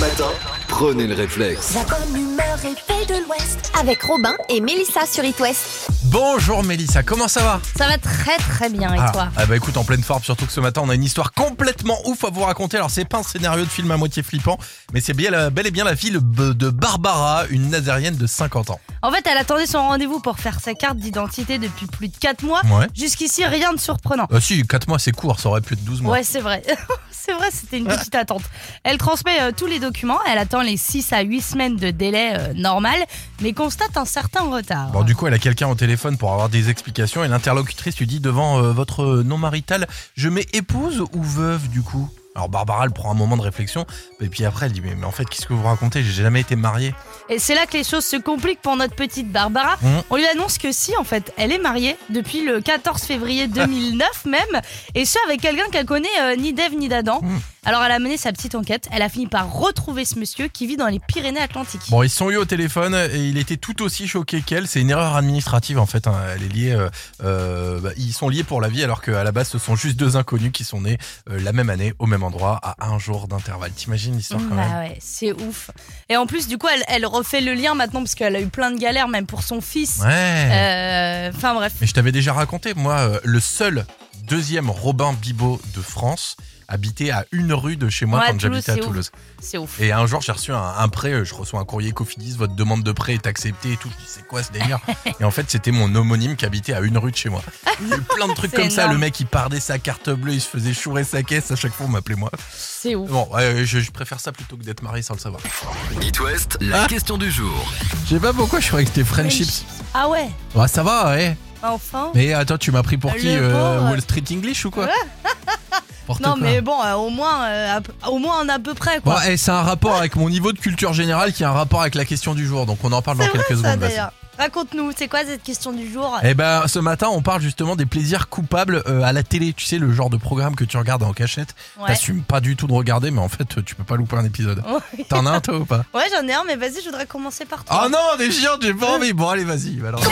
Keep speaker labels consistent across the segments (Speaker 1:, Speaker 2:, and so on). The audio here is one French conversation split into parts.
Speaker 1: matin, prenez le réflexe.
Speaker 2: La bonne humeur est faite de l'Ouest avec Robin et Mélissa sur It West.
Speaker 3: Bonjour Mélissa, comment ça va
Speaker 4: Ça va très très bien et
Speaker 3: ah,
Speaker 4: toi
Speaker 3: ah bah écoute, en pleine forme, surtout que ce matin on a une histoire complètement ouf à vous raconter. Alors c'est pas un scénario de film à moitié flippant, mais c'est bien, la- bel et bien la fille de Barbara, une nazérienne de 50 ans.
Speaker 4: En fait, elle attendait son rendez-vous pour faire sa carte d'identité depuis plus de 4 mois.
Speaker 3: Ouais.
Speaker 4: Jusqu'ici, rien de surprenant.
Speaker 3: Ah si, 4 mois c'est court, ça aurait pu être 12 mois.
Speaker 4: Ouais, c'est vrai. c'est vrai, c'était une petite attente. Elle transmet euh, tous les documents, elle attend les 6 à 8 semaines de délai euh, normal, mais constate un certain retard.
Speaker 3: Bon, du coup, elle a quelqu'un au téléphone pour avoir des explications et l'interlocutrice lui dit devant euh, votre euh, nom marital, je mets épouse ou veuve du coup Alors Barbara, elle prend un moment de réflexion et puis après elle dit mais, mais en fait qu'est-ce que vous racontez J'ai jamais été mariée.
Speaker 4: Et c'est là que les choses se compliquent pour notre petite Barbara.
Speaker 3: Mhm.
Speaker 4: On lui annonce que si, en fait, elle est mariée depuis le 14 février
Speaker 3: Ah.
Speaker 4: 2009 même, et ce avec quelqu'un qu'elle connaît euh, ni d'Ève ni d'Adam.
Speaker 3: Mhm.
Speaker 4: Alors elle a mené sa petite enquête, elle a fini par retrouver ce monsieur qui vit dans les Pyrénées-Atlantiques.
Speaker 3: Bon, ils se sont eu au téléphone et il était tout aussi choqué qu'elle. C'est une erreur administrative en fait. hein. Elle est liée, euh, euh, bah, ils sont liés pour la vie alors qu'à la base ce sont juste deux inconnus qui sont nés euh, la même année au même endroit à un jour d'intervalle. T'imagines l'histoire quand même
Speaker 4: Bah ouais, c'est ouf. Et en plus, du coup, elle, elle refait le lien maintenant parce qu'elle a eu plein de galères, même pour son fils.
Speaker 3: Ouais.
Speaker 4: Bah Euh, Enfin bref.
Speaker 3: Mais je t'avais déjà raconté, moi, euh, le seul deuxième Robin Bibot de France habitait à une rue de chez moi
Speaker 4: Ouais,
Speaker 3: quand
Speaker 4: Toulouse,
Speaker 3: j'habitais à
Speaker 4: c'est ouf.
Speaker 3: Toulouse.
Speaker 4: C'est ouf.
Speaker 3: Et un jour, j'ai reçu un, un prêt, euh, je reçois un courrier Cofidis, votre demande de prêt est acceptée et tout. Je dis, c'est quoi ce délire Et en fait, c'était mon homonyme qui habitait à une rue de chez moi. Il y a eu plein de trucs
Speaker 4: C'est
Speaker 3: comme ça. Le
Speaker 4: énorme.
Speaker 3: mec, il pardait sa carte bleue, il se faisait chourer sa caisse. À chaque fois, on m'appelait moi.
Speaker 4: C'est ouf.
Speaker 3: Bon, ouais, je, je préfère ça plutôt que d'être marié sans le savoir.
Speaker 1: It West, la question du jour.
Speaker 3: Je sais pas pourquoi je croyais que c'était Friendships.
Speaker 4: Ah ouais,
Speaker 3: Ouais, ça va, ouais.
Speaker 4: enfin.
Speaker 3: Mais attends, tu m'as pris pour
Speaker 4: Le
Speaker 3: qui euh,
Speaker 4: pauvre.
Speaker 3: Wall Street English ou quoi N'importe
Speaker 4: Non,
Speaker 3: quoi.
Speaker 4: mais bon, euh, au moins, euh, à- au moins un à peu près,
Speaker 3: Bon,
Speaker 4: quoi.
Speaker 3: eh, c'est un rapport avec mon niveau de culture générale qui a un rapport avec la question du jour, donc on en parle dans
Speaker 4: C'est
Speaker 3: quelques
Speaker 4: vrai, ça,
Speaker 3: secondes. vas-y.
Speaker 4: d'ailleurs. Raconte-nous, c'est quoi cette question du jour
Speaker 3: Eh ben, ce matin, on parle justement des plaisirs coupables euh, à la télé. Tu sais, le genre de programme que tu regardes en cachette,
Speaker 4: Ouais,
Speaker 3: t'assumes pas du tout de regarder, mais en fait, tu peux pas louper un épisode. T'en as un toi ou pas
Speaker 4: ouais j'en ai un, mais vas-y, je voudrais commencer par toi.
Speaker 3: Oh non, des chiens, j'ai pas envie. Bon, allez, vas-y. bah Alors, Oh.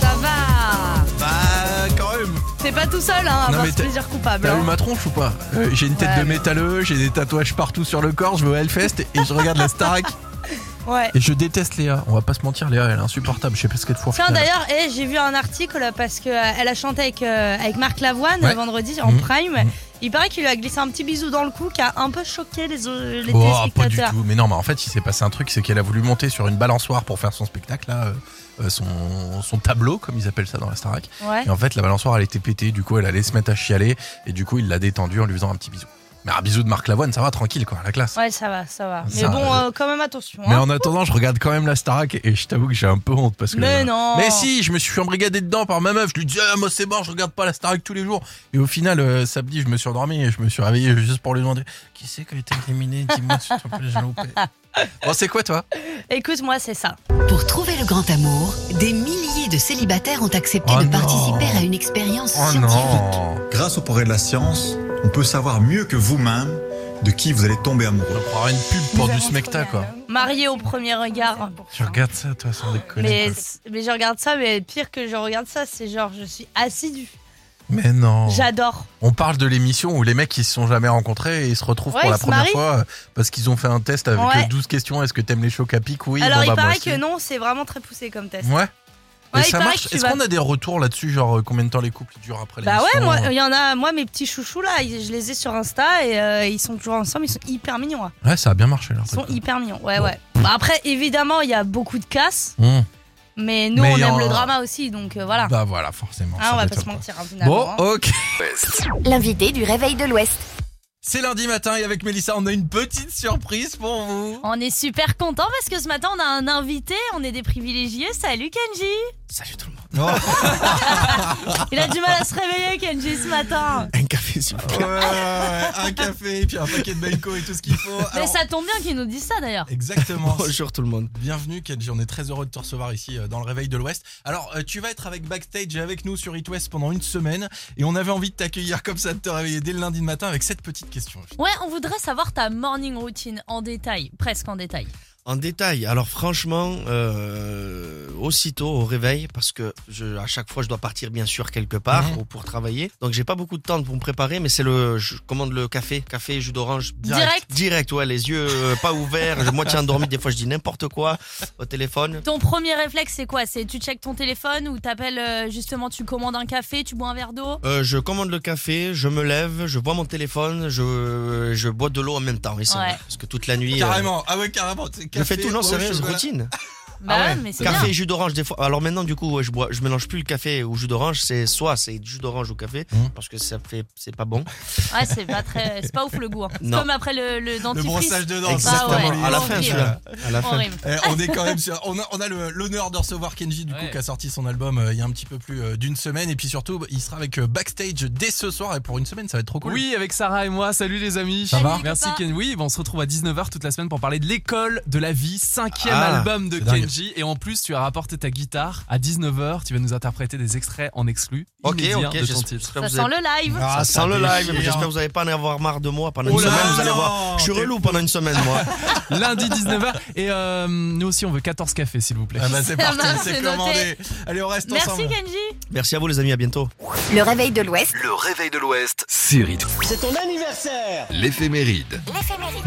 Speaker 4: Ça va
Speaker 3: bah, quand même.
Speaker 4: T'es pas tout seul, hein, à
Speaker 3: Non,
Speaker 4: avoir
Speaker 3: mais
Speaker 4: ce
Speaker 3: t'as-
Speaker 4: plaisir coupable.
Speaker 3: T'as
Speaker 4: hein.
Speaker 3: vu ma tronche ou pas Euh, J'ai une tête
Speaker 4: Ouais,
Speaker 3: de
Speaker 4: mais-
Speaker 3: métalleux, j'ai des tatouages partout sur le corps, je vais au Hellfest et je regarde la Starac.
Speaker 4: Ouais.
Speaker 3: Et je déteste Léa, on va pas se mentir, Léa, elle est insupportable, je sais pas ce qu'elle te fout.
Speaker 4: Tiens d'ailleurs, eh, j'ai vu un article parce que euh, elle a chanté avec, euh, avec Marc Lavoine
Speaker 3: Ouais.
Speaker 4: vendredi en
Speaker 3: Mhm.
Speaker 4: prime. Il paraît qu'il lui a glissé un petit bisou dans le cou qui a un peu choqué les, euh, les
Speaker 3: Oh, pas du
Speaker 4: téléspectateurs.
Speaker 3: tout. Mais non, mais en fait, il s'est passé un truc, c'est qu'elle a voulu monter sur une balançoire pour faire son spectacle, là, euh, euh, son, son tableau, comme ils appellent ça dans la Starac.
Speaker 4: Ouais.
Speaker 3: Et en fait, la balançoire, elle était pétée, du coup, elle allait se mettre à chialer, et du coup, il l'a détendue en lui faisant un petit bisou. Mais un bisou de Marc Lavoine, ça va, tranquille, quoi, la classe.
Speaker 4: ouais, ça va, ça va. Mais
Speaker 3: Ça,
Speaker 4: bon,
Speaker 3: euh,
Speaker 4: euh, quand même attention.
Speaker 3: Mais
Speaker 4: hein.
Speaker 3: en attendant, je regarde quand même la Starac, et je t'avoue que j'ai un peu honte, parce que.
Speaker 4: Mais non.
Speaker 3: Mais si, je me suis embrigadé dedans par ma meuf. Je lui dis, ah, moi c'est bon, je regarde pas la Starac tous les jours. Et au final, euh, samedi, je me suis endormi et je me suis réveillé juste pour lui demander, qui c'est qui a été éliminé Dis-moi s'il te plaît, j'ai loupé. Bon, c'est quoi toi
Speaker 4: Écoute, moi, c'est ça.
Speaker 5: Pour trouver le grand amour, des milliers de célibataires ont accepté
Speaker 3: Oh
Speaker 5: de
Speaker 3: non.
Speaker 5: participer à une expérience
Speaker 3: Oh,
Speaker 5: scientifique.
Speaker 6: Grâce au progrès de la science, on peut savoir mieux que vous-même de qui vous allez tomber
Speaker 3: On
Speaker 6: amoureux.
Speaker 3: prendra une pub pour du smecta quoi.
Speaker 4: Marié au premier regard.
Speaker 3: Tu regardes ça toi sans déconner.
Speaker 4: Mais,
Speaker 3: quoi.
Speaker 4: mais je regarde ça, mais pire que je regarde ça, c'est genre, je suis assidue.
Speaker 3: Mais non.
Speaker 4: J'adore.
Speaker 3: On parle de l'émission où les mecs ils se sont jamais rencontrés et ils se retrouvent
Speaker 4: Ouais,
Speaker 3: pour la
Speaker 4: ils se
Speaker 3: première
Speaker 4: marient.
Speaker 3: fois euh, parce qu'ils ont fait un test avec
Speaker 4: Ouais.
Speaker 3: euh, 12 questions. Est-ce que t'aimes les chocs à pic Oui.
Speaker 4: Alors,
Speaker 3: bon,
Speaker 4: il
Speaker 3: bah, moi
Speaker 4: paraît
Speaker 3: aussi.
Speaker 4: que non, c'est vraiment très poussé comme test.
Speaker 3: Ouais.
Speaker 4: Ouais,
Speaker 3: Et
Speaker 4: il
Speaker 3: ça
Speaker 4: paraît
Speaker 3: marche.
Speaker 4: que tu
Speaker 3: Est-ce
Speaker 4: vas-
Speaker 3: qu'on a des retours là-dessus, genre euh, combien de temps les couples durent après
Speaker 4: Bah
Speaker 3: l'émission Euh,
Speaker 4: ouais, moi, il y en a, moi, mes petits chouchous là, ils- je les ai sur Insta et euh, ils sont toujours ensemble, ils sont hyper mignons. hein.
Speaker 3: Ouais, ça a bien marché là.
Speaker 4: Ils sont hyper mignons, ouais,
Speaker 3: Bon.
Speaker 4: ouais. Bah après, évidemment, il y a beaucoup de casse,
Speaker 3: Mmh.
Speaker 4: mais nous,
Speaker 3: Mais
Speaker 4: on
Speaker 3: y
Speaker 4: aime
Speaker 3: en-
Speaker 4: le drama aussi, donc euh, voilà.
Speaker 3: Bah voilà, forcément.
Speaker 4: Hein,
Speaker 3: ça
Speaker 4: on va pas
Speaker 3: m'étonne
Speaker 4: se mentir, hein, finalement.
Speaker 3: Bon, oh.
Speaker 4: hein.
Speaker 3: ok.
Speaker 1: West.
Speaker 2: L'invité du réveil de l'Ouest.
Speaker 3: C'est lundi matin et avec Mélissa, on a une petite surprise pour vous.
Speaker 7: On est super content parce que ce matin on a un invité, on est des privilégiés. Salut Kenji
Speaker 8: Salut tout le monde.
Speaker 7: Il a du mal à se réveiller Kenji ce matin
Speaker 8: Un café, s'il vous plaît.
Speaker 3: un café et puis un paquet de belco et tout ce qu'il faut.
Speaker 7: Mais ça tombe bien qu'il nous dise ça d'ailleurs
Speaker 3: Exactement.
Speaker 8: Bonjour tout le monde.
Speaker 3: Bienvenue Kenji, on est très heureux de te recevoir ici euh, dans le Réveil de l'Ouest. Alors euh, tu vas être avec Backstage et avec nous sur It West pendant une semaine et on avait envie de t'accueillir comme ça, de te réveiller dès le lundi matin avec cette petite question.
Speaker 7: Ouais, on voudrait savoir ta morning routine en détail, presque en détail.
Speaker 8: en détail. Alors franchement, euh, aussitôt au réveil, parce que je, à chaque fois je dois partir bien sûr quelque part
Speaker 3: Mhm.
Speaker 8: ou pour travailler, donc j'ai pas beaucoup de temps pour me préparer, mais c'est le, je commande le café, café jus d'orange
Speaker 7: Direct.
Speaker 8: direct, ouais, les yeux euh, pas ouverts, je moitié endormi, des fois je dis n'importe quoi au téléphone.
Speaker 7: Ton premier réflexe, c'est quoi C'est tu checkes ton téléphone ou t'appelles euh, justement, tu commandes un café, tu bois un verre
Speaker 3: Ah
Speaker 7: d'eau
Speaker 8: Euh, je commande le café, je me lève, je bois mon téléphone, je, je bois de l'eau en même temps, oui, c'est
Speaker 7: Ouais.
Speaker 8: vrai, parce que toute la nuit. euh,
Speaker 3: Carrément, ah ouais, carrément.
Speaker 8: je fais tout, non, sérieux, routine.
Speaker 7: Bah
Speaker 3: ouais.
Speaker 7: mais c'est bien.
Speaker 8: Café, jus d'orange, des fois. Alors maintenant, du coup, ouais, je bois, je mélange plus le café ou jus d'orange. C'est soit c'est jus d'orange ou café,
Speaker 3: Mhm.
Speaker 8: parce que ça fait, c'est pas bon.
Speaker 7: Ouais, c'est pas très, c'est pas ouf le goût. hein. C'est
Speaker 8: Non.
Speaker 7: comme après le, le
Speaker 3: Le
Speaker 7: dentifrice.
Speaker 3: brossage de dents.
Speaker 8: Exactement.
Speaker 7: Ah ouais,
Speaker 8: à la fin,
Speaker 7: horrible.
Speaker 8: celui-là. À la fin.
Speaker 7: Horrible.
Speaker 3: Eh, on est quand même sur- on a, on a le- l'honneur de recevoir Kenji du coup
Speaker 9: Ouais.
Speaker 3: qui a sorti son album euh, il y a un petit peu plus euh, d'une semaine et puis surtout il sera avec euh, backstage dès ce soir et pour une semaine ça va être trop cool.
Speaker 9: Oui, avec Sarah et moi. Salut les amis.
Speaker 3: Ça va
Speaker 9: Merci
Speaker 7: Salut,
Speaker 9: Ken. Oui, bon, on se retrouve à 19h toute la semaine pour parler de l'école de la vie, cinquième
Speaker 8: Ah,
Speaker 9: album de
Speaker 3: c'est dingue.
Speaker 9: Kenji. Et en plus, tu as rapporté ta guitare à 19h. Tu vas nous interpréter des extraits en exclu
Speaker 8: Ok,
Speaker 9: immédiat
Speaker 8: ok.
Speaker 9: de ton
Speaker 8: j'espère-
Speaker 9: titre.
Speaker 8: j'espère
Speaker 7: Ça
Speaker 8: que vous
Speaker 7: sent
Speaker 8: avez- Ah,
Speaker 7: le live.
Speaker 8: Ça
Speaker 3: Ah, ça
Speaker 8: sent le live,
Speaker 3: déchire.
Speaker 8: mais j'espère que vous n'allez pas en avoir marre de moi pendant
Speaker 3: Oh
Speaker 8: une
Speaker 3: là
Speaker 8: semaine. Vous allez
Speaker 3: là,
Speaker 8: voir. Je suis
Speaker 3: t'es-
Speaker 8: relou pendant une semaine, moi.
Speaker 9: Lundi 19h. Et euh, nous aussi, on veut 14 cafés, s'il vous plaît.
Speaker 3: Ah bah c'est parti,
Speaker 7: marche,
Speaker 3: c'est
Speaker 7: c'est
Speaker 3: commandé. Allez on reste
Speaker 7: Merci
Speaker 3: ensemble.
Speaker 7: Kenji.
Speaker 8: Merci à vous, les amis. À bientôt.
Speaker 2: Le réveil de l'Ouest.
Speaker 1: Le réveil de l'Ouest, série C'est ton anniversaire L'éphéméride.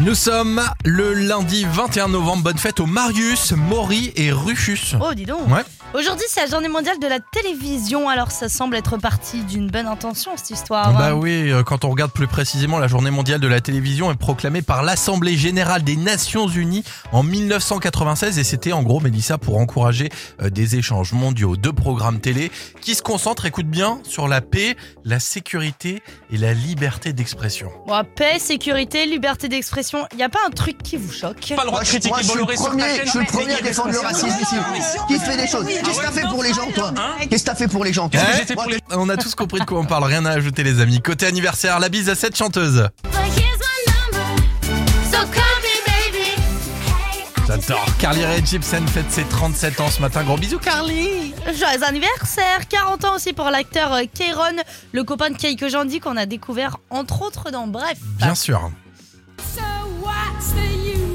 Speaker 3: Nous sommes le lundi 21 novembre. Bonne fête aux Marius, Maury et Rufus.
Speaker 4: Oh, dis donc.
Speaker 3: Ouais.
Speaker 4: Aujourd'hui, c'est la journée mondiale de la télévision, alors ça semble être parti d'une bonne intention, cette histoire.
Speaker 3: Bah oui, euh, quand on regarde plus précisément, la journée mondiale de la télévision est proclamée par l'Assemblée générale des Nations Unies en 1996 et c'était en gros, Mélissa, pour encourager euh, des échanges mondiaux de programmes télé qui se concentrent, écoute bien, sur la paix, la sécurité et la liberté d'expression.
Speaker 4: Bon, paix, sécurité, liberté d'expression, y a pas un truc qui vous choque
Speaker 9: le droit de critiquer Bolloré sur ta chaîne.
Speaker 10: Je suis le premier à défendre le racisme ici. Qui fait des choses Qu'est-ce que t'as fait pour les gens,
Speaker 3: bah.
Speaker 10: toi
Speaker 11: Ah,
Speaker 10: Qu'est-ce que t'as fait pour les gens Hein toi
Speaker 3: Eh on a tous compris de quoi on parle, rien à ajouter les amis. Côté anniversaire, la bise à cette chanteuse. J'adore. Carly Rae Jepsen fête ses 37 ans ce matin. Gros bisous Carly.
Speaker 4: Joyeux anniversaire 40 ans aussi pour l'acteur euh, Kéron, le copain de Keiko Jandy qu'on a découvert entre autres dans Bref.
Speaker 3: Bien sûr.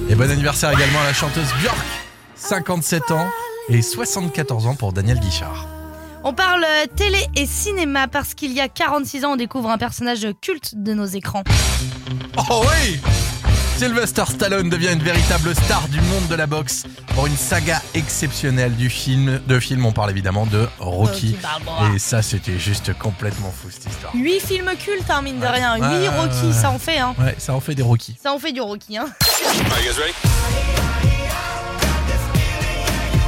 Speaker 3: Et bon anniversaire également à la chanteuse Björk, 57 ans et 74 ans pour Daniel Guichard.
Speaker 4: On parle euh, télé et cinéma parce qu'il y a 46 ans, on découvre un personnage culte de nos écrans.
Speaker 3: Oh oui Sylvester Stallone devient une véritable star du monde de la boxe pour une saga exceptionnelle du film. De film, on parle évidemment de
Speaker 4: Euh,
Speaker 3: Rocky. Et ça, c'était juste complètement fou cette histoire.
Speaker 4: 8 films cultes, hein, mine de
Speaker 3: Ouais.
Speaker 4: rien. 8
Speaker 3: Ouais, ouais, ouais,
Speaker 4: Rocky, ça en fait, hein.
Speaker 3: Ouais, ça en fait des Rocky.
Speaker 4: Ça en fait du Rocky, hein.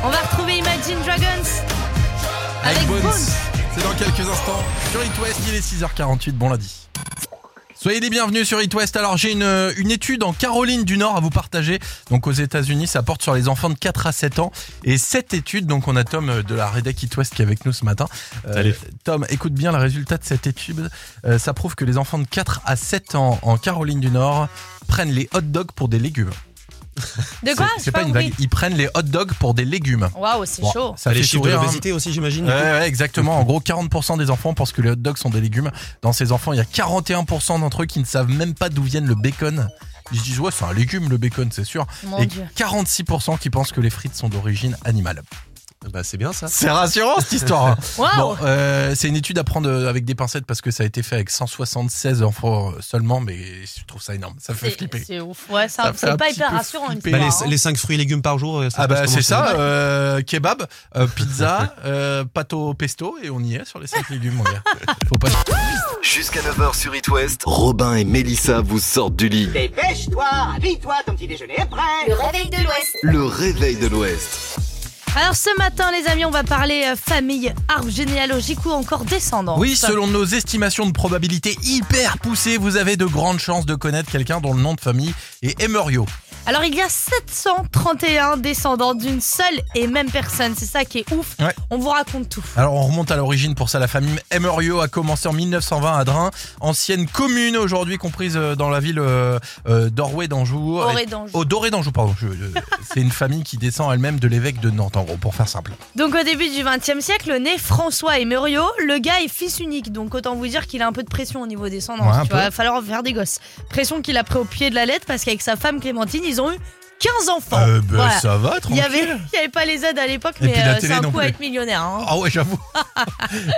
Speaker 4: On va retrouver Imagine Dragons. Avec Bones.
Speaker 3: C'est dans quelques instants sur It West, il est 6h48, bon lundi. Soyez les bienvenus sur It West. Alors j'ai une, euh, une étude en Caroline du Nord à vous partager. Donc aux États-Unis, ça porte sur les enfants de 4 à 7 ans. Et cette étude, donc on a Tom euh, de la rédac It West qui est avec nous ce matin. Euh, Tom, écoute bien le résultat de cette étude. Euh, ça prouve que les enfants de 4 à 7 ans en Caroline du Nord prennent les hot dogs pour des légumes.
Speaker 4: De quoi
Speaker 3: C'est-
Speaker 4: J'ai
Speaker 3: C'est pas une
Speaker 4: compris.
Speaker 3: vague. Ils prennent les hot dogs pour des légumes.
Speaker 4: Waouh, c'est
Speaker 3: Bon,
Speaker 4: chaud.
Speaker 3: Ça fait sourire, hein.
Speaker 8: aussi, j'imagine.
Speaker 3: Ouais, ouais, exactement. En gros, 40% des enfants pensent que les hot dogs sont des légumes. Dans ces enfants, il y a 41% d'entre eux qui ne savent même pas d'où viennent le bacon. Ils se disent, ouais, c'est un légume le bacon, c'est sûr.
Speaker 4: Mon
Speaker 3: Et
Speaker 4: dieu.
Speaker 3: 46% qui pensent que les frites sont d'origine animale.
Speaker 10: Bah, c'est bien ça.
Speaker 3: C'est rassurant cette histoire. hein.
Speaker 4: Waouh
Speaker 3: Bon, euh, c'est une étude à prendre euh, avec des pincettes parce que ça a été fait avec 176 enfants euh, seulement, mais je trouve ça énorme. Ça fait
Speaker 4: C'est-
Speaker 3: flipper.
Speaker 4: C'est ouf. Ouais, ça-
Speaker 3: Ça fait un
Speaker 4: c'est pas
Speaker 3: petit
Speaker 4: hyper
Speaker 3: peu
Speaker 4: rassurant une
Speaker 3: flipper. Bah,
Speaker 4: histoire. hein.
Speaker 10: 5 fruits et légumes par jour.
Speaker 3: Ah bah c'est ça, euh, kebab, euh, pizza, euh, pâte au pesto et on y est sur les 5 légumes mon gars. Faut pas
Speaker 1: Jusqu'à 9h sur It West, Robin et Mélissa vous sortent du lit.
Speaker 10: Dépêche-toi, habille-toi, ton petit déjeuner est prêt.
Speaker 2: Le réveil de l'Ouest.
Speaker 1: Le réveil de l'Ouest.
Speaker 4: Alors ce matin, les amis, on va parler euh, famille, arbre généalogique ou encore descendance.
Speaker 3: Oui, selon nos estimations de probabilité hyper poussées, vous avez de grandes chances de connaître quelqu'un dont le nom de famille est Emerio.
Speaker 4: Alors il y a 731 descendants d'une seule et même personne. C'est ça qui est ouf.
Speaker 3: Ouais.
Speaker 4: On vous raconte tout.
Speaker 3: Alors on remonte à l'origine pour ça, la famille Emerio a commencé en 1920 à Drin, ancienne commune aujourd'hui comprise euh, dans la ville euh, euh, d'Orway d'Anjou.
Speaker 4: Auré d'Anjou.
Speaker 3: Au Doré d'Anjou, pardon. Je- je- c'est une famille qui descend elle-même de l'évêque de Nantes, en gros, pour faire simple.
Speaker 4: Donc au début du XXe siècle, né François et Muriot, le gars est fils unique, donc autant vous dire qu'il a un peu de pression au niveau des
Speaker 3: Ouais,
Speaker 4: descendance.
Speaker 3: un
Speaker 4: tu
Speaker 3: peu.
Speaker 4: vois, il va falloir faire des gosses. Pression qu'il a pris au pied de la lettre parce qu'avec sa femme Clémentine, ils ont eu 15 enfants.
Speaker 3: Euh, bah,
Speaker 4: Voilà.
Speaker 3: Ça va,
Speaker 4: Il y
Speaker 3: tranquille.
Speaker 4: avait, il y avait pas les aides à l'époque,
Speaker 3: Et
Speaker 4: mais
Speaker 3: puis la
Speaker 4: euh,
Speaker 3: télé
Speaker 4: c'est un
Speaker 3: non
Speaker 4: coup à
Speaker 3: plus.
Speaker 4: être millionnaire. hein.
Speaker 3: Ah ouais, j'avoue.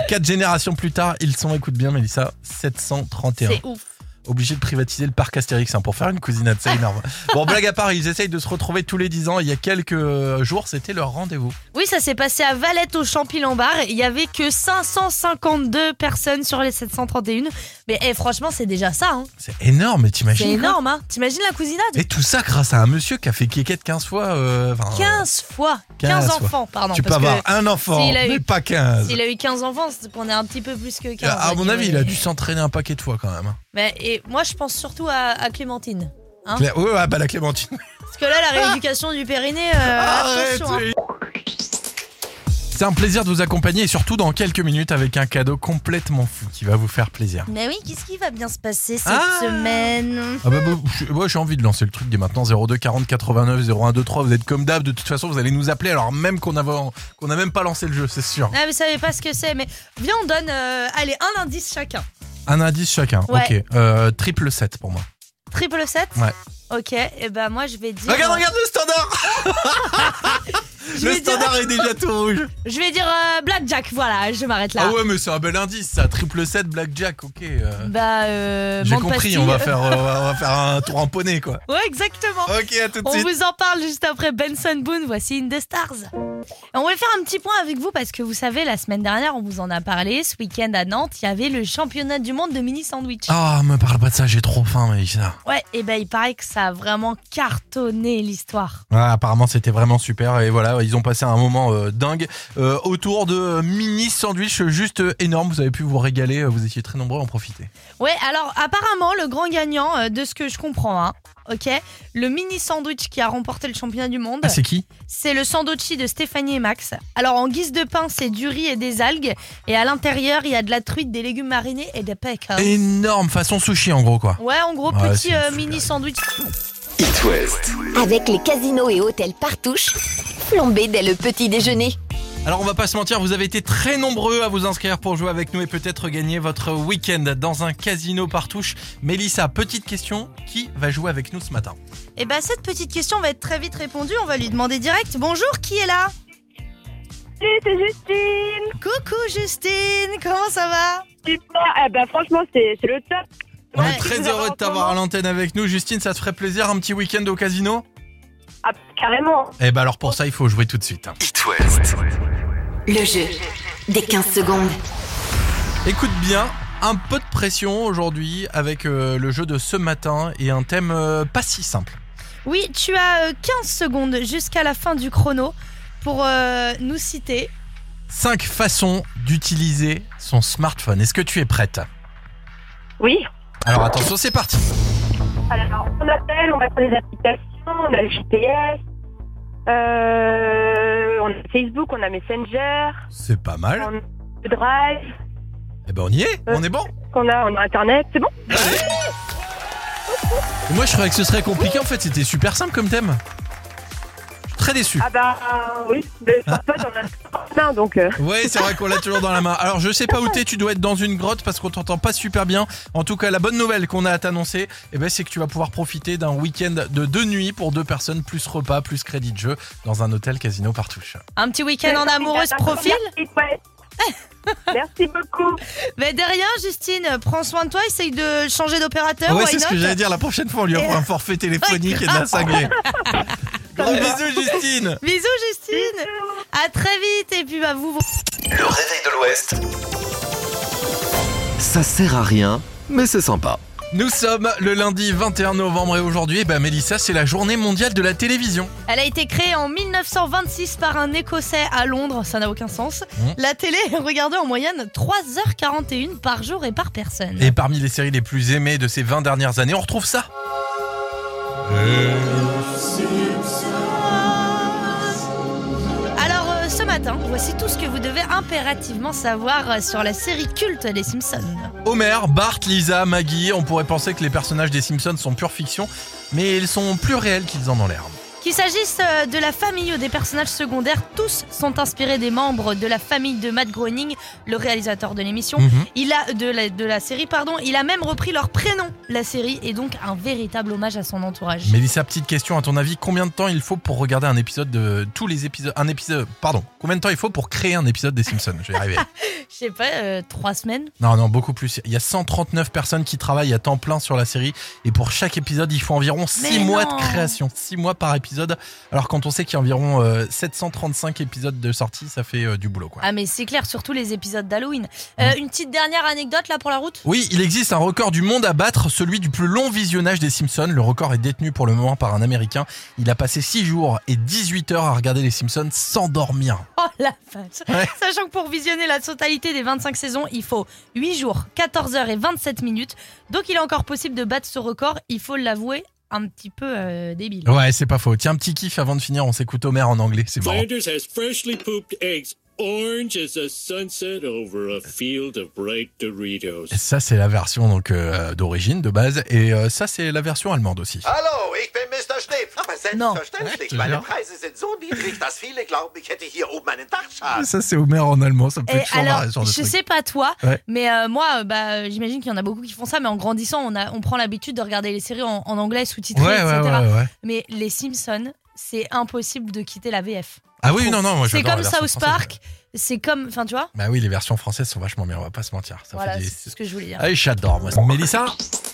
Speaker 3: Quatre générations plus tard, ils sont, écoute bien, Mélissa, 731.
Speaker 4: C'est ouf.
Speaker 3: Obligé de privatiser le parc Astérix hein, pour faire une cousinade, c'est énorme. bon, blague à part, ils essayent de se retrouver tous les 10 ans. Il y a quelques euh, jours, c'était leur rendez-vous.
Speaker 4: Oui, ça s'est passé à Valette au Champy-Lambard. Il y avait que 552 personnes sur les 731. Mais eh, franchement, c'est déjà ça. hein.
Speaker 3: C'est énorme, mais
Speaker 4: C'est
Speaker 3: t'imagines
Speaker 4: énorme. Hein. T'imagines la cousinade
Speaker 3: Et tout ça grâce à un monsieur qui a fait kékette 15 fois. euh, enfin,
Speaker 4: 15 fois.
Speaker 3: 15
Speaker 4: 15,
Speaker 3: fois.
Speaker 4: enfants, pardon.
Speaker 3: tu peux
Speaker 4: parce que
Speaker 3: avoir un enfant,
Speaker 4: s'il a
Speaker 3: mais
Speaker 4: eu-
Speaker 3: pas 15.
Speaker 4: S'il a eu 15 enfants, c'est qu'on est un petit peu plus que 15.
Speaker 3: Ah, À
Speaker 4: hein,
Speaker 3: mon
Speaker 4: tu
Speaker 3: avis,
Speaker 4: vois,
Speaker 3: il a
Speaker 4: mais-
Speaker 3: dû s'entraîner un paquet de fois quand même. hein.
Speaker 4: Mais, et moi, je pense surtout à, à Clémentine. Hein
Speaker 3: Cla- Ouais, ouais, bah la Clémentine.
Speaker 4: Parce que là, la rééducation du périnée, euh,
Speaker 3: Ah. Arrête,
Speaker 4: attention. hein.
Speaker 3: oui. C'est un plaisir de vous accompagner et surtout dans quelques minutes avec un cadeau complètement fou qui va vous faire plaisir.
Speaker 4: Mais oui, qu'est-ce qui va bien se passer cette
Speaker 3: Ah
Speaker 4: semaine
Speaker 3: Ah bah, bah, je- moi j'ai envie de lancer le truc dès maintenant 02 40 89 01 23 vous êtes comme d'hab de toute façon vous allez nous appeler alors même qu'on n'a qu'on a même pas lancé le jeu c'est sûr.
Speaker 4: Ah, vous savez pas ce que c'est, mais viens, on donne euh, allez, un indice chacun.
Speaker 3: Un indice chacun.
Speaker 4: Ouais.
Speaker 3: Ok. Euh, triple 7 pour moi.
Speaker 4: Triple 7
Speaker 3: Ouais.
Speaker 4: Ok, et ben moi je vais dire.
Speaker 3: Regarde regarde le standard.
Speaker 4: je
Speaker 3: Le
Speaker 4: vais dire,
Speaker 3: standard est déjà tout rouge.
Speaker 4: je vais dire euh, Blackjack, voilà, je m'arrête là.
Speaker 3: Ah ouais mais c'est un bel indice ça triple 7 blackjack ok. euh,
Speaker 4: Bah, euh.
Speaker 3: J'ai
Speaker 4: bande
Speaker 3: compris
Speaker 4: pastille.
Speaker 3: on va faire Ah, euh, on va- on va faire un tour en poney quoi.
Speaker 4: Ouais, exactement.
Speaker 3: Ok à tout de
Speaker 4: On
Speaker 3: suite.
Speaker 4: vous en parle juste après Benson Boone, voici In The Stars. Et on voulait faire un petit point avec vous parce que vous savez, la semaine dernière, on vous en a parlé. Ce week-end à Nantes, il y avait le championnat du monde de mini sandwich.
Speaker 3: Ah me parle pas de ça j'ai trop faim mais ça.
Speaker 4: Ouais, et ben il paraît que ça a vraiment cartonné l'histoire.
Speaker 3: Ouais, Ah, apparemment, c'était vraiment super. Et voilà, ils ont passé un moment euh, dingue euh, autour de euh, mini sandwich juste euh, énorme. Vous avez pu vous régaler. euh, Vous étiez très nombreux à en profiter.
Speaker 4: Ouais, alors apparemment, le grand gagnant, euh, de ce que je comprends, hein, ok, le mini sandwich qui a remporté le championnat du monde,
Speaker 3: Ah, c'est qui
Speaker 4: c'est le sandwichi de Stéphanie et Max. Alors en guise de pain, c'est du riz et des algues, et à l'intérieur, il y a de la truite, des légumes marinés et des pecs.
Speaker 3: Ah,
Speaker 4: hein.
Speaker 3: Énorme façon sushi, en gros, quoi.
Speaker 4: Ouais, en gros,
Speaker 3: Ah, Ouais,
Speaker 4: petit
Speaker 3: c'est
Speaker 4: euh,
Speaker 3: une
Speaker 4: mini sandwich.
Speaker 1: It West.
Speaker 2: Avec les casinos et hôtels partouche, flambez dès le petit déjeuner.
Speaker 3: Alors, on va pas se mentir, vous avez été très nombreux à vous inscrire pour jouer avec nous et peut-être gagner votre week-end dans un casino par touche. Mélissa, petite question qui va jouer avec nous ce matin
Speaker 4: Et bah cette petite question va être très vite répondue, on va lui demander direct. Bonjour, qui est là
Speaker 11: Salut, c'est Justine.
Speaker 4: Coucou Justine, comment ça va
Speaker 11: Super. Eh ben, franchement, c'est c'est le top.
Speaker 3: On est
Speaker 4: Ouais.
Speaker 3: très heureux de t'avoir à l'antenne avec nous. Justine, ça te ferait plaisir un petit week-end au casino
Speaker 11: Ah, carrément.
Speaker 3: Eh ben, alors pour ça, il faut jouer tout de suite. hein.
Speaker 1: It West.
Speaker 5: Le jeu des 15 secondes.
Speaker 3: Écoute bien, un peu de pression aujourd'hui avec euh, le jeu de ce matin et un thème euh, pas si simple.
Speaker 4: Oui, tu as euh, 15 secondes jusqu'à la fin du chrono pour euh, nous citer.
Speaker 3: 5 façons d'utiliser son smartphone. Est-ce que tu es prête
Speaker 11: Oui.
Speaker 3: Alors attention, c'est parti.
Speaker 11: Alors, on appelle, on va sur les applications, on a le GPS, euh, on a Facebook, on a Messenger,
Speaker 3: C'est pas mal.
Speaker 11: on a le Drive,
Speaker 3: Eh ben on y est,
Speaker 11: Euh.
Speaker 3: on est bon.
Speaker 11: qu'on a, on a Internet. C'est bon
Speaker 3: Moi je croyais que ce serait compliqué en fait, c'était super simple comme thème. Je suis Très déçu.
Speaker 11: Ah bah oui, le
Speaker 9: Ah.
Speaker 11: smartphone, on a plein, donc... euh,
Speaker 3: Ouais, c'est vrai qu'on l'a toujours dans la main. Alors, je sais pas où t'es, tu dois être dans une grotte parce qu'on t'entend pas super bien. En tout cas, la bonne nouvelle qu'on a à t'annoncer, eh ben, c'est que tu vas pouvoir profiter d'un week-end de deux nuits pour deux personnes, plus repas, plus crédit de jeu, dans un hôtel casino par touche.
Speaker 4: Un petit week-end en amoureuse profil.
Speaker 11: Merci, ouais. Merci beaucoup.
Speaker 4: Mais derrière, Justine, euh, prends soin de toi, essaye de changer d'opérateur.
Speaker 3: ouais,
Speaker 4: Ah, why
Speaker 3: c'est ce que
Speaker 4: not
Speaker 3: j'allais dire. La prochaine fois, on lui offre un forfait téléphonique et de la cinglée. Gros bisous, Justine.
Speaker 4: Bisous Justine, à très vite et puis bah vous vous-
Speaker 1: Le réveil de l'Ouest. Ça sert à rien, mais c'est sympa.
Speaker 3: Nous sommes le lundi 21 novembre et aujourd'hui, eh ben, Mélissa, c'est la journée mondiale de la télévision.
Speaker 4: Elle a été créée en 1926 par un Écossais à Londres, ça n'a aucun sens.
Speaker 3: Mhm.
Speaker 4: La télé est regardée en moyenne 3h41 par jour et par personne.
Speaker 3: Et parmi les séries les plus aimées de ces 20 dernières années, on retrouve ça.
Speaker 4: Alors euh, ce matin, voici tout ce que vous devez impérativement savoir euh, sur la série culte des Simpsons.
Speaker 3: Homer, Bart, Lisa, Maggie, on pourrait penser que les personnages des Simpsons sont pure fiction, mais ils sont plus réels qu'ils en ont l'air.
Speaker 4: Qu'il s'agisse euh, de la famille ou des personnages secondaires, tous sont inspirés des membres de la famille de Matt Groening, le réalisateur de l'émission.
Speaker 3: Mhm.
Speaker 4: Il a de la, de la série, pardon. Il a même repris leur prénom. La série est donc un véritable hommage à son entourage.
Speaker 3: Mélissa, petite question, à ton avis, combien de temps il faut pour regarder un épisode de. Tous les épisodes. Un épisode. Pardon, combien de temps il faut pour créer un épisode des Simpsons Je vais y arriver.
Speaker 4: Je sais pas, euh, trois semaines.
Speaker 3: Non, non, beaucoup plus. Il y a 139 personnes qui travaillent à temps plein sur la série. Et pour chaque épisode, il faut environ 6
Speaker 4: Mais
Speaker 3: mois
Speaker 4: non.
Speaker 3: de création. 6 mois par épisode. Alors quand on sait qu'il y a environ euh, 735 épisodes de sortie, ça fait euh, du boulot, quoi.
Speaker 4: Ah mais c'est clair, surtout les épisodes d'Halloween. Euh, Une petite dernière anecdote là pour la route
Speaker 3: Oui, il existe un record du monde à battre, celui du plus long visionnage des Simpsons. Le record est détenu pour le moment par un Américain. Il a passé 6 jours et 18 heures à regarder les Simpsons sans dormir.
Speaker 4: Oh la vache
Speaker 3: Ouais.
Speaker 4: Sachant que pour visionner la totalité des 25 saisons, il faut 8 jours, 14 heures et 27 minutes. Donc il est encore possible de battre ce record, il faut l'avouer, un petit peu euh, débile.
Speaker 3: Ouais, c'est pas faux. Tiens, petit kiff avant de finir, on s'écoute Homer en anglais, c'est marrant.
Speaker 12: Sanders has freshly pooped eggs, orange as a sunset over a field of bright Doritos.
Speaker 3: Ça, c'est la version donc euh, d'origine, de base. Et euh, ça, c'est la version allemande aussi.
Speaker 13: Hallo, ich bin Mr. Schnepf. Selbstverständlich,
Speaker 3: Ja,
Speaker 13: meine
Speaker 3: ja.
Speaker 13: Preise sind so niedrig, dass viele glauben, ich hätte hier oben einen Dachschaden.
Speaker 3: Ça, c'est Homer en allemand, ça me fait
Speaker 4: Et
Speaker 3: toujours
Speaker 4: Eh, alors,
Speaker 3: marrer, ce genre de
Speaker 4: je
Speaker 3: truc.
Speaker 4: sais pas toi,
Speaker 3: Ouais.
Speaker 4: mais euh, moi, euh, bah, euh, j'imagine qu'il y en a beaucoup qui font ça, mais en grandissant, on, a, on prend l'habitude de regarder les séries en, en anglais sous-titrées,
Speaker 3: Ouais, ouais,
Speaker 4: etc.
Speaker 3: ouais, ouais.
Speaker 4: Mais les Simpsons, c'est impossible de quitter la VF.
Speaker 3: Ah oui, non, non, moi
Speaker 4: C'est
Speaker 3: j'adore
Speaker 4: comme
Speaker 3: la version
Speaker 4: South
Speaker 3: française.
Speaker 4: Park, c'est comme, enfin tu vois,
Speaker 3: Bah oui, les versions françaises sont vachement bien, on va pas se mentir. Ça
Speaker 4: voilà,
Speaker 3: fait des-
Speaker 4: c'est ce que je voulais dire.
Speaker 3: Ah, j'adore, moi. Mélissa,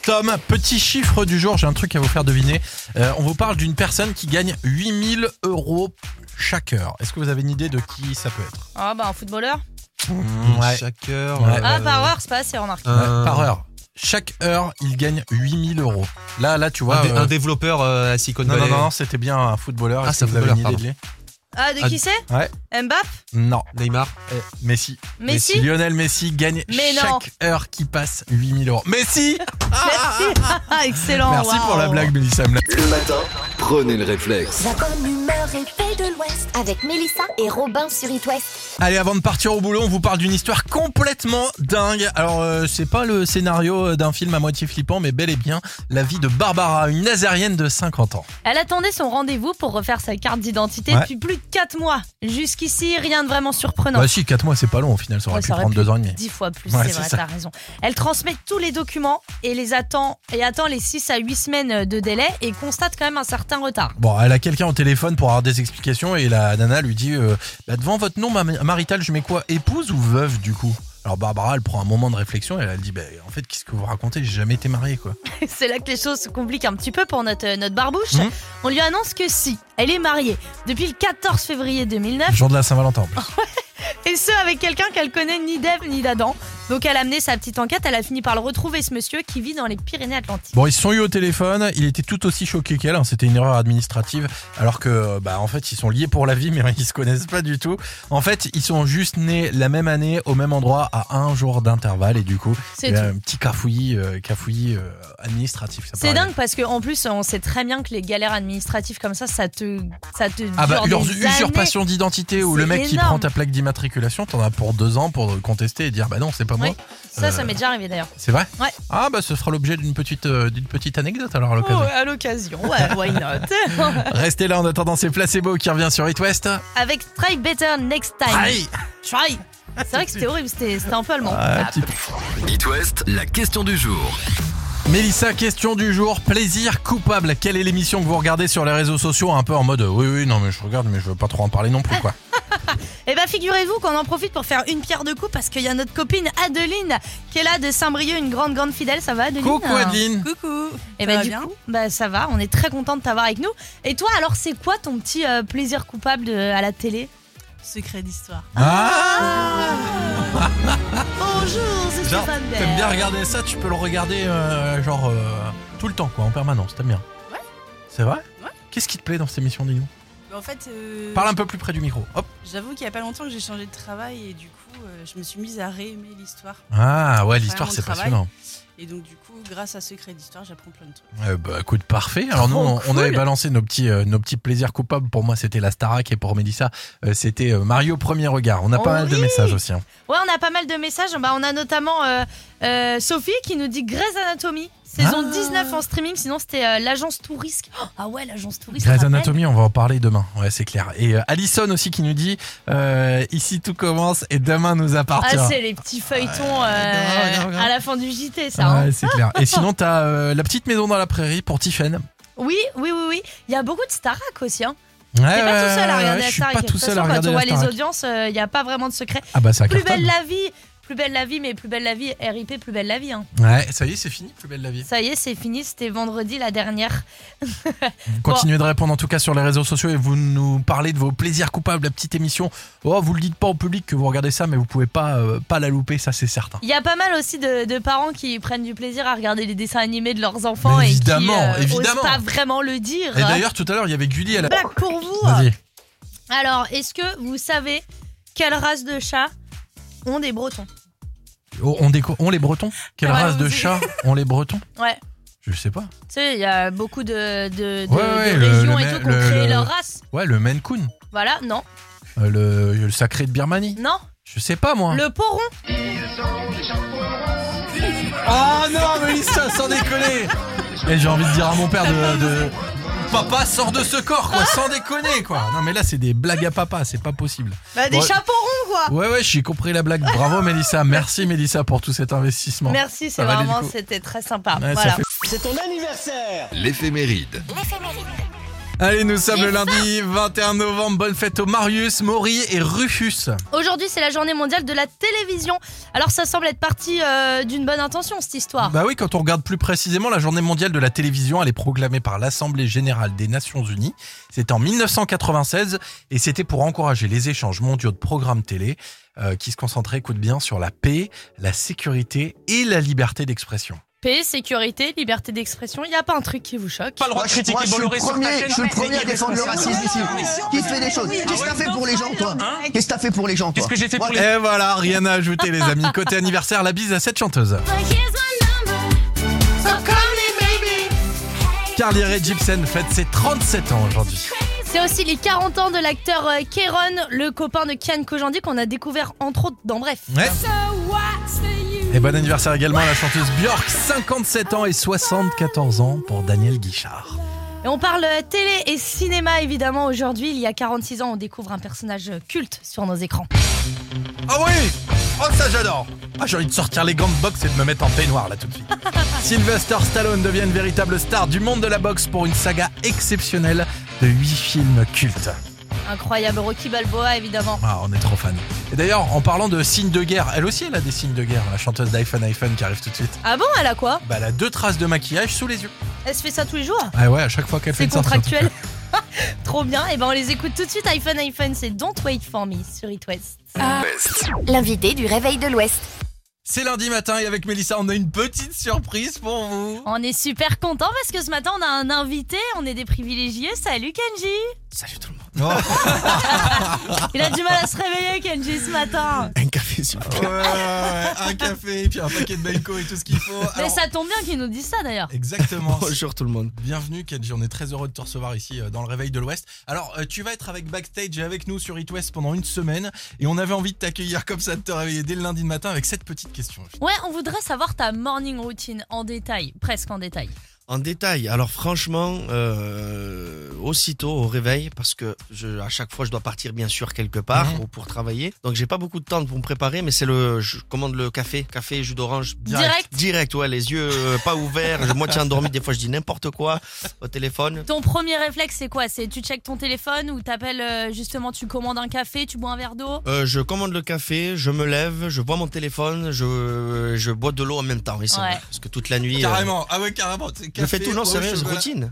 Speaker 3: Tom, petit chiffre du jour, j'ai un truc à vous faire deviner. Euh, on vous parle d'une personne qui gagne 8000 euros chaque heure. Est-ce que vous avez une idée de qui ça peut être
Speaker 4: Ah bah un footballeur
Speaker 3: Ouais.
Speaker 8: Chaque heure.
Speaker 3: Ouais.
Speaker 4: Ah
Speaker 7: bah,
Speaker 4: par heure, c'est pas assez remarqué.
Speaker 3: Ouais,
Speaker 8: Euh.
Speaker 3: par heure. Chaque heure, il gagne 8000 euros. Là, là, tu vois. euh,
Speaker 8: Un dé- un
Speaker 3: développeur à Silicon non,
Speaker 8: Valley.
Speaker 3: Non, non, non, c'était bien un footballeur.
Speaker 8: Ah,
Speaker 3: Est-ce
Speaker 8: c'est
Speaker 3: que
Speaker 8: un
Speaker 3: vous avez une
Speaker 8: footballeur,
Speaker 3: idée
Speaker 4: Ah de
Speaker 3: Ah,
Speaker 4: qui c'est
Speaker 3: de lui Ouais.
Speaker 4: Mbappé
Speaker 3: Non. Neymar. Messi.
Speaker 4: Messi
Speaker 3: Lionel Messi gagne
Speaker 4: Mais non.
Speaker 3: chaque heure qui passe 8000 euros. Messi
Speaker 4: Ah, Merci. Excellent.
Speaker 3: Merci
Speaker 4: waouh.
Speaker 3: pour la blague, Mélissa. me l'a-
Speaker 1: Le matin, prenez le réflexe.
Speaker 2: La bonne humeur et paix de l'Ouest avec Mélissa et Robin sur It West.
Speaker 3: Allez, avant de partir au boulot, on vous parle d'une histoire complètement dingue. Alors, euh, c'est pas le scénario euh, d'un film à moitié flippant, mais bel et bien la vie de Barbara, une nazarienne de 50 ans.
Speaker 4: Elle attendait son rendez-vous pour refaire sa carte d'identité
Speaker 3: Ouais.
Speaker 4: depuis plus de 4 mois. Jusqu'ici, rien de vraiment surprenant.
Speaker 3: Bah si, 4 mois, c'est pas long au final, ça aurait
Speaker 4: Ouais,
Speaker 3: pu
Speaker 4: ça aurait
Speaker 3: prendre
Speaker 4: pu
Speaker 3: 2 ans et demi.
Speaker 4: 10 fois plus,
Speaker 3: Ouais,
Speaker 4: c'est
Speaker 3: c'est
Speaker 4: vrai,
Speaker 3: ça.
Speaker 4: t'as raison. Elle transmet tous les documents et les attend et attend les 6 à 8 semaines de délai et constate quand même un certain retard.
Speaker 3: Bon, elle a quelqu'un au téléphone pour avoir des explications et la nana lui dit euh, Bah, Devant votre nom ma- marital, je mets quoi Épouse ou veuve du coup Alors Barbara, elle prend un moment de réflexion et elle, elle dit Bah, en fait, qu'est-ce que vous racontez J'ai jamais été mariée quoi.
Speaker 4: C'est là que les choses se compliquent un petit peu pour notre, euh, notre barbouche.
Speaker 3: Mhm.
Speaker 4: On lui annonce que si, elle est mariée depuis le 14 février 2009
Speaker 3: Le jour de la Saint-Valentin en plus.
Speaker 4: Et ce, avec quelqu'un qu'elle connaît ni d'Ève ni d'Adam. Donc elle a amené sa petite enquête, elle a fini par le retrouver, ce monsieur qui vit dans les Pyrénées-Atlantiques.
Speaker 3: Bon, ils se sont eu au téléphone, il était tout aussi choqué qu'elle, hein, c'était une erreur administrative, alors que, bah, en fait, ils sont liés pour la vie, mais ils se connaissent pas du tout. En fait, ils sont juste nés la même année, au même endroit, à un jour d'intervalle, et du coup,
Speaker 4: C'est
Speaker 3: il y a
Speaker 4: tout.
Speaker 3: un petit cafouillis, euh, cafouillis euh, administratif. ça peut
Speaker 4: C'est
Speaker 3: arriver.
Speaker 4: dingue parce qu'en plus, on sait très bien que les galères administratives comme ça, ça te. Ça te
Speaker 3: Ah bah,
Speaker 4: dure
Speaker 3: usur-
Speaker 4: des
Speaker 3: usurpation
Speaker 4: années.
Speaker 3: d'identité ou
Speaker 4: C'est
Speaker 3: le mec qui
Speaker 4: énorme.
Speaker 3: prend ta plaque d'immatriculation, t'en as pour deux ans pour contester et dire bah non c'est pas moi.
Speaker 4: Oui. Ça, ça
Speaker 3: Euh,
Speaker 4: m'est déjà arrivé d'ailleurs.
Speaker 3: C'est vrai
Speaker 4: Ouais.
Speaker 3: Ah bah ce sera l'objet d'une petite euh, d'une petite anecdote alors à l'occasion.
Speaker 4: Oh, à l'occasion, ouais, why not
Speaker 3: Restez là en attendant ces placebos qui revient sur It West.
Speaker 4: Avec Try Better Next Time.
Speaker 3: Try.
Speaker 4: Try C'est vrai que c'était horrible, c'était c'était un peu allemand.
Speaker 3: Ah, petit-
Speaker 1: It West, la question du jour.
Speaker 3: Mélissa, question du jour, plaisir coupable. Quelle est l'émission que vous regardez sur les réseaux sociaux un peu en mode euh, oui oui non mais je regarde mais je veux pas trop en parler non
Speaker 4: Ah,
Speaker 3: plus quoi.
Speaker 4: Eh ben figurez-vous qu'on en profite pour faire une pierre de coups parce qu'il y a notre copine Adeline qui est là de Saint-Brieuc, une grande grande fidèle. Ça va Adeline
Speaker 3: Coucou, Adeline.
Speaker 4: Coucou. Et
Speaker 7: Ça
Speaker 4: ben
Speaker 7: va
Speaker 4: du
Speaker 7: bien
Speaker 4: coup, bah ça va. On est très content de t'avoir avec nous. Et toi alors c'est quoi ton petit euh, plaisir coupable de- à la télé
Speaker 7: Secret d'histoire.
Speaker 3: Ah.
Speaker 4: Bonjour, c'est
Speaker 3: Genre,
Speaker 4: Stéphane Bern.
Speaker 3: T'aimes bien regarder ça, tu peux le regarder euh, genre euh, tout le temps quoi en permanence, t'aimes bien.
Speaker 7: Ouais.
Speaker 3: C'est vrai
Speaker 7: Ouais.
Speaker 3: Qu'est-ce qui te plaît dans cette émission dis-nous
Speaker 7: Mais en fait, euh,
Speaker 3: Parle un peu plus près du micro. Hop.
Speaker 7: j'avoue qu'il n'y a pas longtemps que j'ai changé de travail et du coup, euh, je me suis mise à réaimer l'histoire.
Speaker 3: Ah ouais,
Speaker 7: Contrairement
Speaker 3: l'histoire
Speaker 7: au
Speaker 3: c'est
Speaker 7: travail.
Speaker 3: passionnant.
Speaker 7: Et donc, du coup, grâce à Secret d'histoire, j'apprends plein de trucs.
Speaker 3: Euh, bah écoute, parfait. Alors nous,
Speaker 7: Trop
Speaker 3: on, on
Speaker 7: cool.
Speaker 3: avait balancé nos petits, euh, nos petits plaisirs coupables. Pour moi, c'était la Starac et pour Mélissa, euh, c'était euh, Mario Premier Regard. On a
Speaker 4: Oh
Speaker 3: pas mal de
Speaker 4: oui.
Speaker 3: messages aussi. hein.
Speaker 4: Ouais, on a pas mal de messages. Bah, on a notamment euh, euh, Sophie qui nous dit Grey's Anatomy. Saison
Speaker 3: Ah.
Speaker 4: 19 en streaming, sinon c'était euh, l'agence tout risque. Oh, ah ouais, l'agence tout risque.
Speaker 3: Grey's
Speaker 4: rappelle.
Speaker 3: Anatomy, on va en parler demain. Ouais, c'est clair. Et euh, Alison aussi qui nous dit euh, ici tout commence et demain nous appartient.
Speaker 4: Ah, c'est les petits feuilletons euh, à la fin du JT, ça. hein.
Speaker 3: Ouais, c'est clair. Et sinon, t'as euh, la petite maison dans la prairie pour Tiffen.
Speaker 4: Oui, oui, oui, oui. Il y a beaucoup de Starac aussi. Hein.
Speaker 3: Ouais,
Speaker 4: T'es
Speaker 3: ouais,
Speaker 4: pas tout seul
Speaker 3: ouais,
Speaker 4: à regarder
Speaker 3: ouais,
Speaker 4: la
Speaker 3: Je suis
Speaker 4: Starac.
Speaker 3: pas
Speaker 4: De
Speaker 3: tout
Speaker 4: toute
Speaker 3: seul à
Speaker 4: façon,
Speaker 3: regarder la
Speaker 4: Quand on voit les
Speaker 3: Starac.
Speaker 4: audiences, euh, il n'y a pas vraiment de secret.
Speaker 3: Ah bah, c'est un
Speaker 4: plus
Speaker 3: carton.
Speaker 4: belle la vie, plus belle la vie, mais plus belle la vie, RIP, plus belle la vie. hein.
Speaker 3: Ouais, ça y est, c'est fini, plus belle la vie.
Speaker 4: Ça y est, c'est fini, c'était vendredi la dernière.
Speaker 3: Vous continuez de répondre en tout cas sur les réseaux sociaux et vous nous parlez de vos plaisirs coupables, la petite émission. Oh, vous le dites pas au public que vous regardez ça, mais vous pouvez pas, euh, pas la louper, ça c'est certain.
Speaker 4: Il y a pas mal aussi de, de parents qui prennent du plaisir à regarder les dessins animés de leurs enfants
Speaker 3: Mais
Speaker 4: et qui
Speaker 3: évidemment,
Speaker 4: n'osent
Speaker 3: évidemment.
Speaker 4: pas vraiment le dire.
Speaker 3: Et d'ailleurs, tout à l'heure, il y avait Gulli à la.
Speaker 4: Blague pour vous. euh,
Speaker 3: Vas-y.
Speaker 4: Alors, est-ce que vous savez quelle race de chat ont des bretons
Speaker 3: Oh, on, déco- on les Bretons Quelle
Speaker 4: Ouais,
Speaker 3: race de
Speaker 4: Ah bah, vas-y.
Speaker 3: chat on les Bretons
Speaker 4: Ouais.
Speaker 3: Je sais pas.
Speaker 4: Tu sais, il y a beaucoup de,
Speaker 3: Ouais,
Speaker 4: de, de- de
Speaker 3: ouais,
Speaker 4: régions et
Speaker 3: Ma-
Speaker 4: tout qui ont
Speaker 3: le-
Speaker 4: créé
Speaker 3: le-
Speaker 4: leur race.
Speaker 3: Ouais, le Maine Coon.
Speaker 4: Voilà, non,
Speaker 3: Euh, le, le sacré de Birmanie.
Speaker 4: non.
Speaker 3: Je sais pas moi.
Speaker 4: Le poron.
Speaker 3: Ah non, Mélissa, sans déconner Et j'ai envie de dire à mon père de, de- Papa, sors de ce corps, quoi, sans déconner, quoi Non, mais là, c'est des blagues à papa, c'est pas possible.
Speaker 4: Bah, des
Speaker 3: Ouais.
Speaker 4: chapeaux ronds, quoi.
Speaker 3: Ouais, ouais, j'ai compris la blague. Bravo, Mélissa. Merci, Mélissa, pour tout cet investissement.
Speaker 4: Merci, c'est
Speaker 3: Ça valait le
Speaker 4: vraiment,
Speaker 3: coup.
Speaker 4: c'était très sympa.
Speaker 3: Ouais, ça
Speaker 4: voilà.
Speaker 3: fait-
Speaker 4: C'est ton anniversaire.
Speaker 1: L'éphéméride.
Speaker 3: Allez, nous sommes le lundi 21 novembre. Bonne fête aux Marius, Maury et Rufus.
Speaker 4: Aujourd'hui, c'est la journée mondiale de la télévision. Alors, ça semble être parti euh, d'une bonne intention, cette histoire.
Speaker 3: Bah oui, quand on regarde plus précisément, la journée mondiale de la télévision, elle est proclamée par l'Assemblée générale des Nations Unies. C'était en 1996 et c'était pour encourager les échanges mondiaux de programmes télé euh, qui se concentraient, écoute bien, sur la paix, la sécurité et la liberté d'expression.
Speaker 4: Paix, sécurité, liberté d'expression, il n'y a pas un truc qui vous choque.
Speaker 10: Moi, je- moi, je suis le premier- Je suis le premier à défendre le racisme ici. Qui fait des choses Qu'est-ce que t'as fait pour les gens, toi Hein Qu'est-ce que t'as fait pour les gens, toi Moi,
Speaker 3: Et voilà, rien à ajouter les amis. Côté anniversaire, la bise à cette chanteuse. Carly Rae Jepsen fête ses 37 ans aujourd'hui.
Speaker 4: C'est aussi les 40 ans de l'acteur euh, Kéron, le copain de Kian Kojandi qu'on a découvert entre autres dans Bref.
Speaker 3: Ouais. Et bon anniversaire également à la chanteuse Björk, 57 ans et 74 ans pour Daniel Guichard.
Speaker 4: Et on parle euh, télé et cinéma évidemment aujourd'hui. Il y a 46 ans, on découvre un personnage euh, culte sur nos écrans.
Speaker 3: Ah oui Oh ça j'adore Ah j'ai envie de sortir les gants de boxe et de me mettre en peignoir là tout de suite. Sylvester Stallone devient une véritable star du monde de la boxe pour une saga exceptionnelle de 8 films cultes.
Speaker 4: Incroyable Rocky Balboa évidemment.
Speaker 3: Ah on est trop fan. Et d'ailleurs en parlant de signes de guerre, elle aussi elle a des signes de guerre, la chanteuse d'iPhone iPhone qui arrive tout de suite.
Speaker 4: Ah bon, elle a quoi
Speaker 3: Bah elle a deux traces de maquillage sous les yeux.
Speaker 4: Elle se fait ça tous les jours
Speaker 3: Ah ouais à chaque fois qu'elle fait
Speaker 4: C'est
Speaker 3: une hein. sortie.
Speaker 4: contractuel. Trop bien. Et ben on les écoute tout de suite. iPhone, iPhone, c'est Don't Wait for Me sur It West.
Speaker 2: L'invité du réveil de l'Ouest.
Speaker 3: C'est lundi matin et avec Mélissa on a une petite surprise pour vous.
Speaker 4: On est super content parce que ce matin on a un invité, on est des privilégiés. Salut Kenji.
Speaker 14: Salut tout le
Speaker 4: Oh.
Speaker 14: monde.
Speaker 4: Il a du mal à se réveiller Kenji ce matin.
Speaker 14: Un café, s'il vous plaît.
Speaker 3: Ouais, ouais, ouais, un café et puis un paquet de Belco et tout ce qu'il faut.
Speaker 4: Mais
Speaker 3: Alors,
Speaker 4: ça tombe bien qu'il nous dise ça d'ailleurs.
Speaker 3: Exactement.
Speaker 8: Bonjour tout le monde.
Speaker 3: Bienvenue Kenji, on est très heureux de te recevoir ici euh, dans le Réveil de l'Ouest. Alors euh, tu vas être avec Backstage et avec nous sur It West pendant une semaine et on avait envie de t'accueillir comme ça, de te réveiller dès le lundi de matin avec cette petite question.
Speaker 4: Ouais, on voudrait savoir ta morning routine en détail, presque en détail.
Speaker 8: En détail, alors franchement, euh, aussitôt au réveil, parce que je, à chaque fois je dois partir bien sûr quelque part
Speaker 3: Mhm.
Speaker 8: ou pour travailler, donc j'ai pas beaucoup de temps pour me préparer, mais c'est le, je commande le café, café jus d'orange
Speaker 4: Direct.
Speaker 8: direct, ouais, les yeux euh, pas ouverts, je moitié endormi, des fois je dis n'importe quoi au téléphone.
Speaker 7: Ton premier réflexe, c'est quoi C'est tu checkes ton téléphone ou t'appelles euh, justement, tu commandes un café, tu bois un verre d'eau
Speaker 8: Euh, je commande le café, je me lève, je bois mon téléphone, je, je bois de l'eau en même temps. Et c'est
Speaker 7: Ouais.
Speaker 8: vrai, Parce que toute la nuit. euh,
Speaker 3: Carrément, ah ouais carrément. c'est
Speaker 8: je
Speaker 3: café,
Speaker 8: fais tout, non,
Speaker 3: eau,
Speaker 8: sérieux,
Speaker 3: chocolat.
Speaker 8: routine.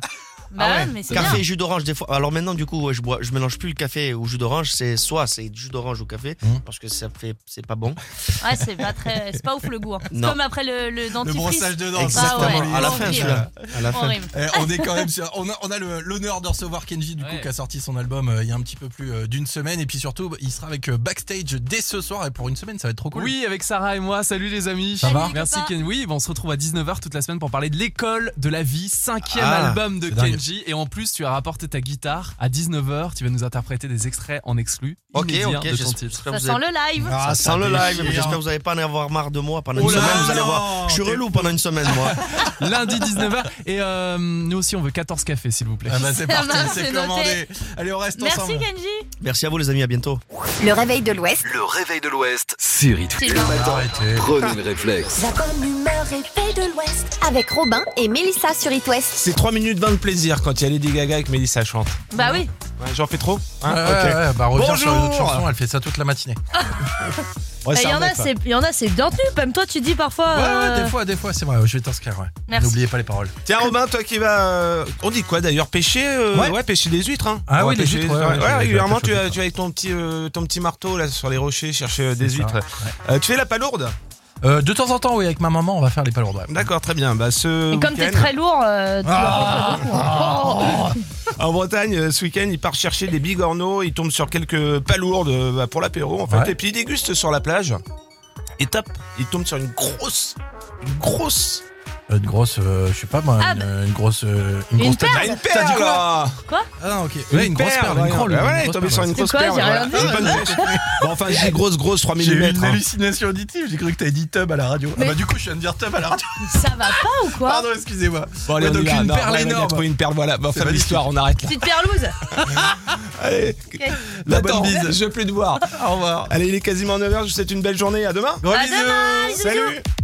Speaker 4: Bah ouais, mais c'est
Speaker 8: café
Speaker 4: bien.
Speaker 8: et jus d'orange des fois. Alors maintenant du coup ouais, je bois, je mélange plus le café ou jus d'orange, c'est soit c'est jus d'orange ou café parce que ça fait c'est pas bon.
Speaker 4: Ouais, c'est pas très, c'est pas ouf le goût. hein. C'est
Speaker 8: Non.
Speaker 4: comme après le, le dentifrice.
Speaker 3: brossage de dents,
Speaker 8: Exactement,
Speaker 3: Ah ouais,
Speaker 8: à la
Speaker 3: horrible.
Speaker 8: fin celui-là. À la fin.
Speaker 4: Horrible.
Speaker 3: Eh, on est quand même sur- on a, on a le- l'honneur de recevoir Kenji du coup qui a sorti son album euh, il y a un petit peu plus euh, d'une semaine et puis surtout il sera avec euh, Backstage dès ce soir et pour une semaine ça va être trop cool.
Speaker 9: Oui, avec Sarah et moi. Salut les amis.
Speaker 3: Ça va
Speaker 9: Merci Ken. Oui, bon, on se retrouve à 19h toute la semaine pour parler de l'école de la vie, cinquième
Speaker 3: Ah,
Speaker 9: album de
Speaker 3: c'est dingue.
Speaker 9: Kenji. Énergie. Et en plus, tu as rapporté ta guitare à 19h. Tu vas nous interpréter des extraits en exclu.
Speaker 15: Ok,
Speaker 8: hein,
Speaker 9: immédiats
Speaker 15: ok,
Speaker 9: de ton
Speaker 15: j'espère-
Speaker 9: titre.
Speaker 15: j'espère
Speaker 4: Ça sent le live.
Speaker 15: Ah,
Speaker 9: Ça
Speaker 15: sans le live,
Speaker 9: déchire.
Speaker 15: mais j'espère que vous n'allez pas en avoir marre de moi pendant
Speaker 9: Oh
Speaker 15: une
Speaker 9: là
Speaker 15: semaine. Vous allez
Speaker 9: non,
Speaker 15: voir, je suis
Speaker 9: t'es
Speaker 15: relou pendant une semaine, moi.
Speaker 9: Lundi 19h. Et euh, nous aussi, on veut 14 cafés, s'il vous plaît.
Speaker 3: Ah bah, c'est parti,
Speaker 4: marche,
Speaker 3: c'est
Speaker 4: c'est noté.
Speaker 3: commandé. Allez, on reste
Speaker 4: Merci
Speaker 3: ensemble.
Speaker 4: Kenji.
Speaker 15: Merci à vous, les amis, à bientôt.
Speaker 2: Le réveil de l'Ouest.
Speaker 1: Le réveil de l'Ouest, c'est rythmé.
Speaker 2: C'est
Speaker 1: Le
Speaker 2: bon.
Speaker 1: matin,
Speaker 3: Arrêtez.
Speaker 1: prenez le réflexe.
Speaker 2: La bonne humeur et paix de l'Ouest. Avec Robin et Mélissa sur It West.
Speaker 8: C'est 3 minutes 20 de plaisir quand il y a Lady Gaga et que Mélissa chante.
Speaker 4: Bah oui.
Speaker 8: Ouais, J'en fais trop hein
Speaker 3: Ouais, ouais,
Speaker 8: Ok.
Speaker 3: ouais, bah, reviens sur les autres
Speaker 8: Bonjour
Speaker 3: chansons, elle fait ça toute la matinée.
Speaker 8: Ouais,
Speaker 4: Bah,
Speaker 8: c'est
Speaker 4: Il y, en a,
Speaker 8: Arnaud, ça.
Speaker 4: c'est- il y en a, c'est bien tenu. Même toi, tu dis parfois.
Speaker 9: Ah.
Speaker 3: Ouais,
Speaker 4: euh,
Speaker 3: ouais, des fois, des fois, c'est vrai, je vais t'inscrire, ouais.
Speaker 4: Merci.
Speaker 3: N'oubliez pas les paroles.
Speaker 8: Tiens Romain, toi qui va, on dit quoi d'ailleurs Pêcher, euh, ouais. pêcher des huîtres. Hein.
Speaker 3: Ah
Speaker 8: Ouais,
Speaker 3: oui, les
Speaker 8: pêcher
Speaker 3: huîtres, ouais, ouais, j'ai-
Speaker 8: régulièrement
Speaker 3: j'ai-
Speaker 8: tu vas, tu vas avec ton petit, euh, ton petit marteau là sur les rochers chercher euh, des
Speaker 3: ça,
Speaker 8: huîtres. Euh, tu fais la palourde
Speaker 3: Euh, de temps en temps, oui, avec ma maman, on va faire les palourdes. ouais.
Speaker 8: D'accord, très bien. Bah ce
Speaker 4: Et comme t'es
Speaker 8: week-end-
Speaker 4: très lourd, euh, tu
Speaker 8: Ah.
Speaker 4: dois beaucoup. hein. Oh.
Speaker 8: En Bretagne, euh, ce week-end, ils partent chercher des bigorneaux, ils tombent sur quelques palourdes euh, bah, pour l'apéro, en fait,
Speaker 3: Ouais.
Speaker 8: et puis ils dégustent sur la plage. Et top, ils tombent sur une grosse, une grosse,
Speaker 3: Euh, Une grosse, euh, je sais pas moi,
Speaker 4: Ah,
Speaker 3: une, une grosse. euh, une
Speaker 4: Une
Speaker 3: grosse tête.
Speaker 4: perle.
Speaker 8: Ah, une
Speaker 3: T'as dit
Speaker 8: perle
Speaker 3: quoi
Speaker 8: là
Speaker 3: Ah non, ok. Ouais, une grosse perle, une
Speaker 8: ouais,
Speaker 3: grolle.
Speaker 8: ouais,
Speaker 3: une
Speaker 8: ouais,
Speaker 3: grosse
Speaker 8: tombé
Speaker 3: perle,
Speaker 8: sur
Speaker 3: ouais.
Speaker 8: une
Speaker 4: C'est
Speaker 8: grosse
Speaker 4: quoi,
Speaker 8: perle.
Speaker 4: j'ai rien
Speaker 8: voilà.
Speaker 4: vu.
Speaker 8: J'ai pas de- Bon, enfin, je dis grosse, grosse, 3
Speaker 3: J'ai eu
Speaker 8: mm.
Speaker 3: une hallucination auditive, j'ai cru que t'avais dit tub à la radio. Ah
Speaker 4: Mais-
Speaker 3: bah du coup, je viens de dire tub à la
Speaker 10: Ah.
Speaker 3: radio.
Speaker 4: Ça va pas ou quoi
Speaker 3: Pardon, excusez-moi.
Speaker 8: Bon, allez,
Speaker 3: Ouais,
Speaker 8: on
Speaker 3: donc
Speaker 8: y va.
Speaker 3: une
Speaker 8: Non,
Speaker 3: perle
Speaker 8: ouais, vas-y,
Speaker 3: énorme.
Speaker 8: trouve une perle, voilà. Bon,
Speaker 3: C'est
Speaker 8: fin de
Speaker 3: magnifique.
Speaker 8: l'histoire, on arrête là.
Speaker 4: Petite perlouse.
Speaker 8: Allez,
Speaker 4: Ok.
Speaker 8: la
Speaker 3: Bah, bonne bise.
Speaker 8: Je veux plus te voir.
Speaker 3: Au revoir.
Speaker 8: Allez, il est quasiment 9h, je vous souhaite une belle journée, à demain.
Speaker 3: Gros
Speaker 4: À
Speaker 3: bisous.
Speaker 4: demain, bisous.
Speaker 8: Salut